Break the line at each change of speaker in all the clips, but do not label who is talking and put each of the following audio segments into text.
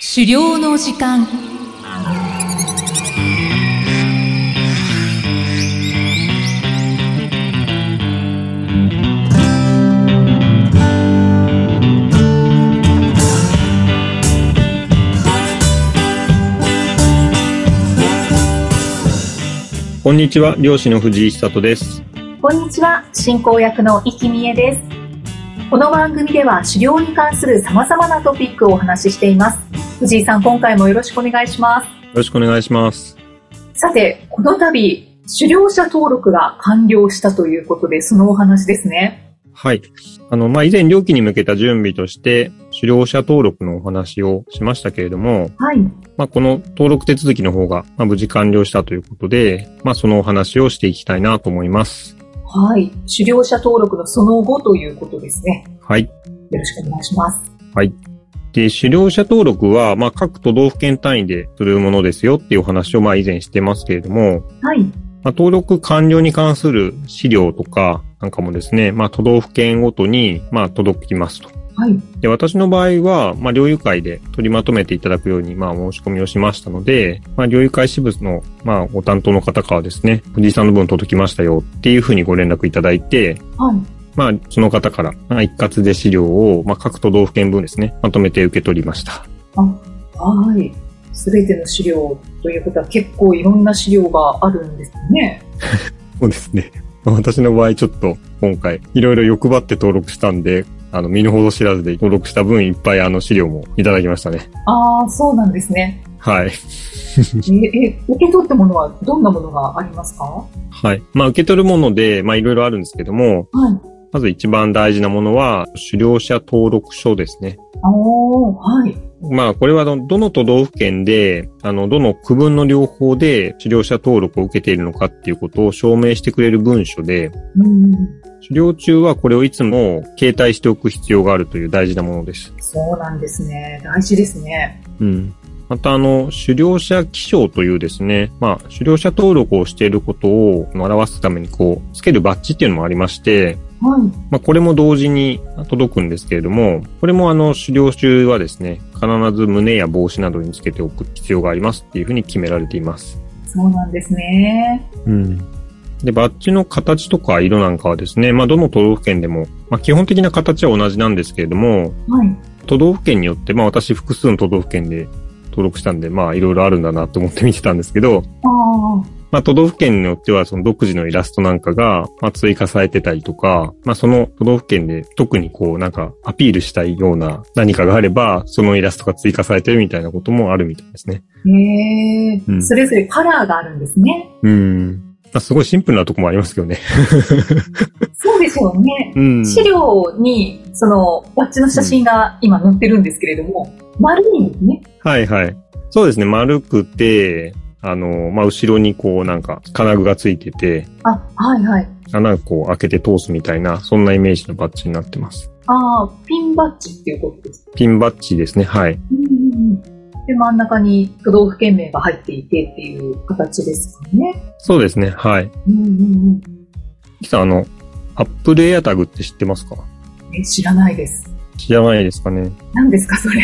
狩猟の時間
こんにちは、漁師の藤井久人です。
こんにちは、進行役の生きみえです。この番組では狩猟に関する様々なトピックをお話ししています。藤井さん、今回もよろしくお願いしま
よろしくお願いしま
す。
す。
さて、この度、狩猟者登録が完了したということで、そのお話ですね。
はい。あの、まあ、以前漁期に向けた準備として、狩猟者登録のお話をしましたけれども、
はい。
まあ、この登録手続きの方が、まあ、無事完了したということで、まあ、そのお話をしていきたいなと思います。
はい。狩猟者登録のその後ということですね。
はい。
よろしくお願いします。
で、狩猟者登録は、まあ、各都道府県単位でするものですよっていうお話を、まあ、以前してますけれども、
はい。
まあ、登録完了に関する資料とかなんかもですね、まあ、都道府県ごとに、まあ、届きますと。
はい。
で、私の場合は、まあ、領有会で取りまとめていただくように、まあ、申し込みをしましたので、まあ、領有会支部の、まあ、ご担当の方からですね、藤井さんの分届きましたよっていうふうにご連絡いただいて、
はい。
まあ、その方から、まあ、一括で資料を、まあ、各都道府県分ですね、まとめて受け取りました。
はい。すべての資料ということは結構いろんな資料があるんですね。
そうですね。私の場合、ちょっと、今回、いろいろ欲張って登録したんで、あの、身の程知らずで登録した分、いっぱい、あの、資料もいただきましたね。
ああ、そうなんですね。
はい。
え、え、受け取ったものはどんなものがありますかは
はい。まあ、受け取るもので、まあ、いろいろあるんですけども、
い。
まず一番大事なものは、狩猟者登録書ですね。
おー、はい。
まあ、これはあのどの都道府県で、あの、どの区分の両方で狩猟者登録を受けているのかっていうことを証明してくれる文書で、
うん、
狩猟中はこれをいつも携帯しておく必要があるという大事なものです。
そうなんですね。大事ですね。
うん。また、あの、狩猟者記章というですね、まあ、狩猟者登録をしていることを表すために、こう、つけるバッジっていうのもありまして、
はい。
まあ、これも同時に届くんですけれども、これもあの、狩猟中はですね、必ず胸や帽子などにつけておく必要がありますっていうふうに決められています。
そうなんですね。
うん。で、バッジの形とか色なんかはですね、まあ、どの都道府県でも、まあ、基本的な形は同じなんですけれども、
はい。
都道府県によって、まあ、私複数の都道府県で登録したんで、まあ、いろいろあるんだなと思って見てたんですけど、
ああ、
まあ、都道府県によっては、その独自のイラストなんかが、まあ、追加されてたりとか、まあ、その都道府県で特にこう、なんか、アピールしたいような何かがあれば、そのイラストが追加されてるみたいなこともあるみたいですね。
へえ、
うん
それぞれカラーがあるんですね。
うん。まあ、すごいシンプルなとこもありますけどね。
そうですよね。
うん。
資料に、その、バッジの写真が今載ってるんですけれども、丸いんですね。
はいはい。そうですね、丸くて、あの、まあ、後ろにこう、なんか、金具がついてて、
あ、はいはい。
穴をこう開けて通すみたいな、そんなイメージのバッジになってます。
ああ、ピンバッジっていうことです
ピンバッジですね、はい。
うんうんうんで、真ん中に都道府県名が入っていてっていう形ですかね。
そうですね、はい。
うんうん
キさん、あの、アップルエアタグって知ってますか
うん、え知らないです。
知らないですかね。
何ですか、それ。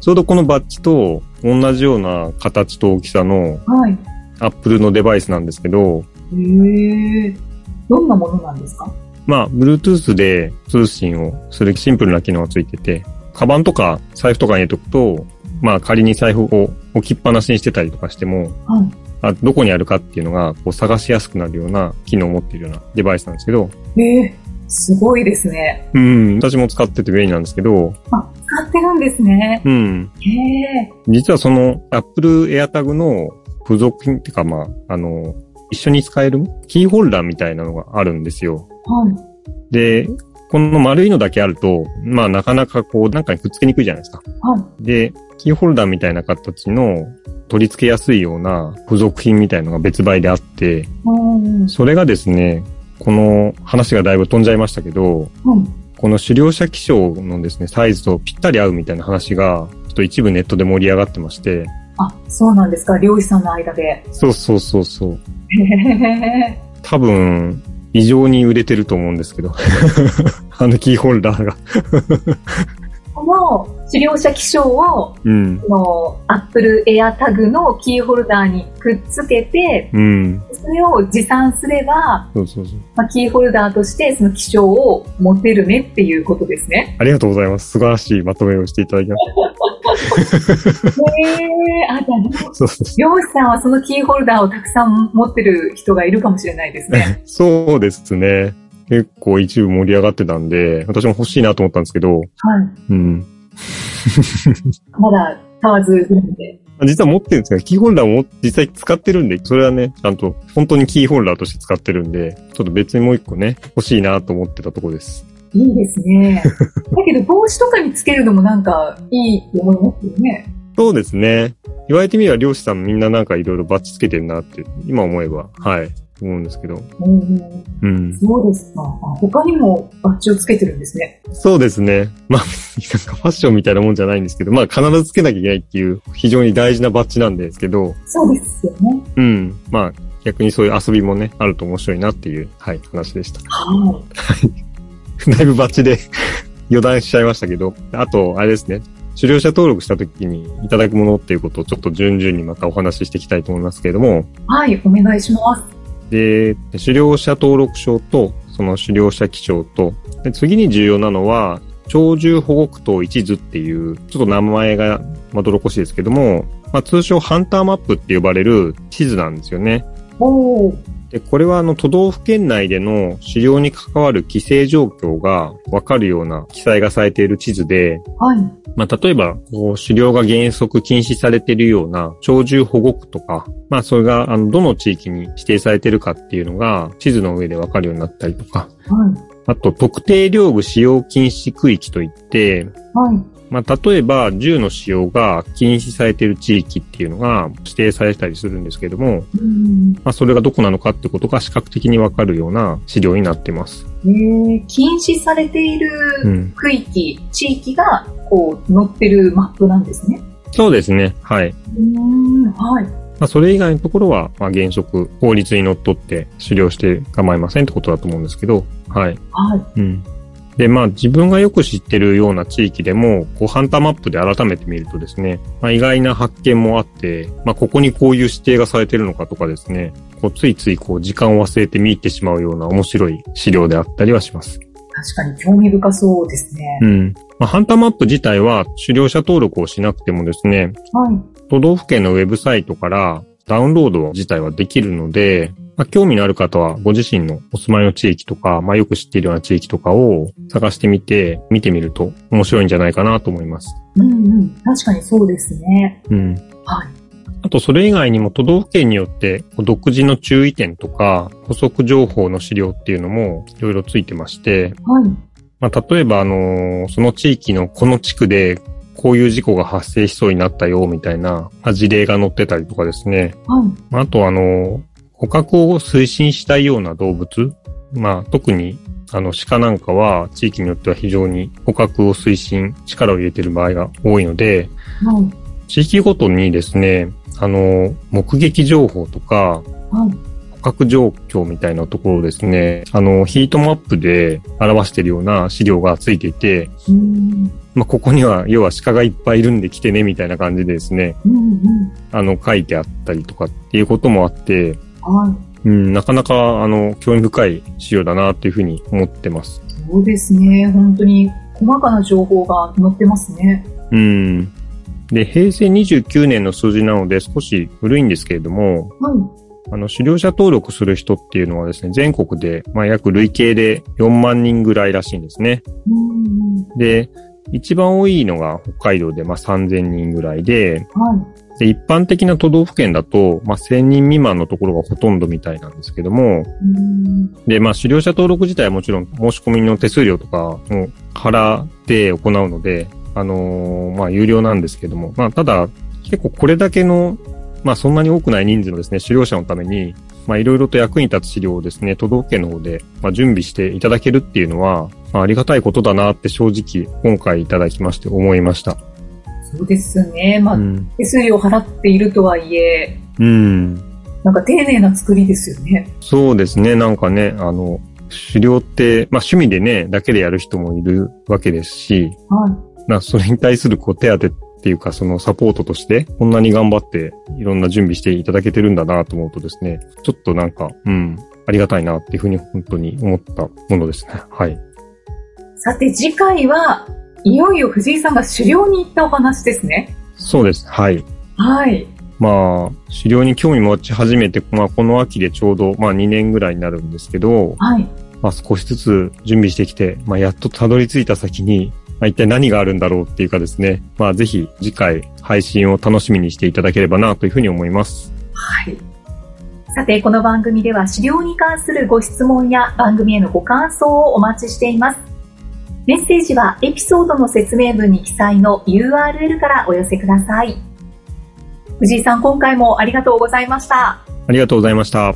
ちょうどこのバッジと同じような形と大きさの
はい。
アップルのデバイスなんですけど、
へえ。どんなものなんですか
まあ、Bluetooth で通信をするシンプルな機能がついてて、カバンとか財布とかに入れとくと、まあ仮に財布を置きっぱなしにしてたりとかしても、
はい。
あどこにあるかっていうのがこう探しやすくなるような機能を持っているようなデバイスなんですけど、
ええすごいですね。
うん、私も使ってて便利なんですけど、
あ、使ってるんですね。
うん、
へえ。
実はその Apple AirTag の付属品っていうかまあ、あの、一緒に使えるキーホルダーみたいなのがあるんですよ。
はい。
で、この丸いのだけあると、まあなかなかこうなんかにくっつけにくいじゃないですか。
はい。
で、キーホルダーみたいな形の取り付けやすいような付属品みたいのが別売であって、
うん。
それがですね、この話がだいぶ飛んじゃいましたけど、
はい。
この狩猟者気象のですね、サイズとぴったり合うみたいな話が、ちょっと一部ネットで盛り上がってまして、
あ、そうなんですか。漁師さんの間で。
そうそうそうそう。
へえ。
多分、異 常に売れてると思うんですけど。あのキーホルダーが。
あこの狩猟者記章を、
うん。
この Apple AirTag のキーホルダーにくっつけて、
うん。
それを持参すれば、
そうそうそう。
まあ、キーホルダーとしてその記章を持てるねっていうことです ね。
ありがとうございます。素晴らしいまとめをしていただきまし
へえあ、じゃあ、
た。そうそうそう。
漁師さんはそのキーホルダーをたくさん持ってる人がいるかもしれないです ね。
そうですね。結構一部盛り上がってたんで、私も欲しいなと思ったんですけど、
はい。
うん。
まだ買わずいるんで。
実は持ってるんですけど、キーホルダーも実際使ってるんで、それはね、ちゃんと本当にキーホルダーとして使ってるんで、ちょっと別にもう一個ね、欲しいなと思ってたところです。
いいですね。だけど帽子とかにつけるのもなんかいいと思いますよね。
そうですね。言われてみれば漁師さんみんななんかいろいろバッチつけてるなって、今思えば、はい、思うんですけど。
うんうん、
うん。
そうですか。あ他にもバッジをつけてるんですね。
そうですね。まあ、別になんかファッションみたいなもんじゃないんですけど、まあ必ずつけなきゃいけないっていう非常に大事なバッジなんですけど、
そうですよね。
うん。まあ逆にそういう遊びもね、あると面白いなっていう、はい、話でした。
は
だいぶバッチで 余談しちゃいましたけど、あと、あれですね。狩猟者登録した時にいただくものっていうことをちょっと順々にまたお話ししていきたいと思いますけれども、
い。はい、お願いします。
で、狩猟者登録証と、その狩猟者記章と、で次に重要なのは、鳥獣保護区等一図っていう、ちょっと名前がまどろこしいですけども、まあ、通称ハンターマップって呼ばれる地図なんですよね。
おお。
で、これはあの都道府県内での狩猟に関わる規制状況がわかるような記載がされている地図で、
はい。
まあ、例えば、こう、狩猟が原則禁止されているような、鳥獣保護区とか、まあ、それが、あの、どの地域に指定されているかっていうのが、地図の上でわかるようになったりとか、
はい。
あと、特定領具使用禁止区域といって、
はい。
まあ、例えば、銃の使用が禁止されている地域っていうのが指定されたりするんですけども、
うん。
まあ、それがどこなのかってことが視覚的にわかるような資料になってます。
えー、禁止されている
うん。
区域、地域がこう載ってるマップなんですね。
そうですね。はい。
うーん、はい。
まあ、それ以外のところは、まあ、原則、法律にのっとって狩猟して構いませんってことだと思うんですけど、はい。
はい。
うん。で、まあ、自分がよく知ってるような地域でも、こう、ハンターマップで改めて見るとですね、まあ、意外な発見もあって、まあ、ここにこういう指定がされてるのかとかですね、こう、ついついこう、時間を忘れて見入ってしまうような面白い資料であったりはします。
確かに興味深そうですね
う。ん。まあ、ハンターマップ自体は、狩猟者登録をしなくてもですね、
はい。
都道府県のウェブサイトからダウンロード自体はできるので、まあ、興味のある方はご自身のお住まいの地域とか、まあ、よく知っているような地域とかを探してみて、見てみると面白いんじゃないかなと思います。
うんうん。確かにそうですね。
うん。
はい。
あと、それ以外にも都道府県によって独自の注意点とか補足情報の資料っていうのもいろいろついてまして、
はい。
まあ、例えば、あのーその地域のこの地区でこういう事故が発生しそうになったよみたいなまあ事例が載ってたりとかですね。
はい。
まああとあの、捕獲を推進したいような動物、まあ特にあの鹿なんかは地域によっては非常に捕獲を推進、力を入れている場合が多いので、
はい。
地域ごとにですね、あの、目撃情報とか、
はい。
捕獲状況みたいなところをですね、あの、ヒートマップで表しているような資料がついていて、
うーん。
まあ、ここには、要は鹿がいっぱいいるんで来てね、みたいな感じでですね、
うんうん。
あの、書いてあったりとかっていうこともあって、
は
うん、なかなか、あの、興味深い資料だな、というふうに思ってます。
い。そうですね。本当に細かな情報が載ってますね。
うん。で、平成29年の数字なので少し古いんですけれども、
はい。
あの、狩猟者登録する人っていうのはですね、全国で、まあ、約累計で4万人ぐらいらしいんですね。
うんうん。
で、一番多いのが北海道で、まあ、3000人ぐらいで、
はい。
で、一般的な都道府県だと、まあ、1000人未満のところがほとんどみたいなんですけども、
うーん。
で、まあ、狩猟者登録自体はもちろん申し込みの手数料とかも払って行うので、あのーまあ、有料なんですけども、まあ、ただ、結構これだけの、まあ、そんなに多くない人数のですね、狩猟者のために、まあ、いろいろと役に立つ資料をですね、都道府県の方で、まあ、準備していただけるっていうのは、まあ、ありがたいことだなって正直、今回いただきまして思いました。
そうですね。まあ、
うん。
手数料払っているとはいえ、
うん。
なんか丁寧な作りですよね。
そうですね。なんかね、あの、狩猟って、まあ趣味でね、だけでやる人もいるわけですし、
はい。
なそれに対するこう手当てっていうか、そのサポートとして、こんなに頑張っていろんな準備していただけてるんだなと思うとですね、ちょっとなんか、うん、ありがたいなっていうふうに本当に思ったものですね。はい。
さて次回はいよいよ藤井さんが狩猟に行ったお話ですね。
そうです。はい。
はい。
まあ、狩猟に興味持ち始めて、まあ、この秋でちょうど、まあ、2年ぐらいになるんですけど、
はい。
まあ、少しずつ準備してきて、まあ、やっとたどり着いた先に、まあ、一体何があるんだろうっていうかですね、まあ、ぜひ次回配信を楽しみにしていただければなというふうに思います。
はい。さて、この番組では資料に関するご質問や番組へのご感想をお待ちしています。メッセージはエピソードの説明文に記載の URL からお寄せください。藤井さん、今回もありがとうございました。
ありがとうございました。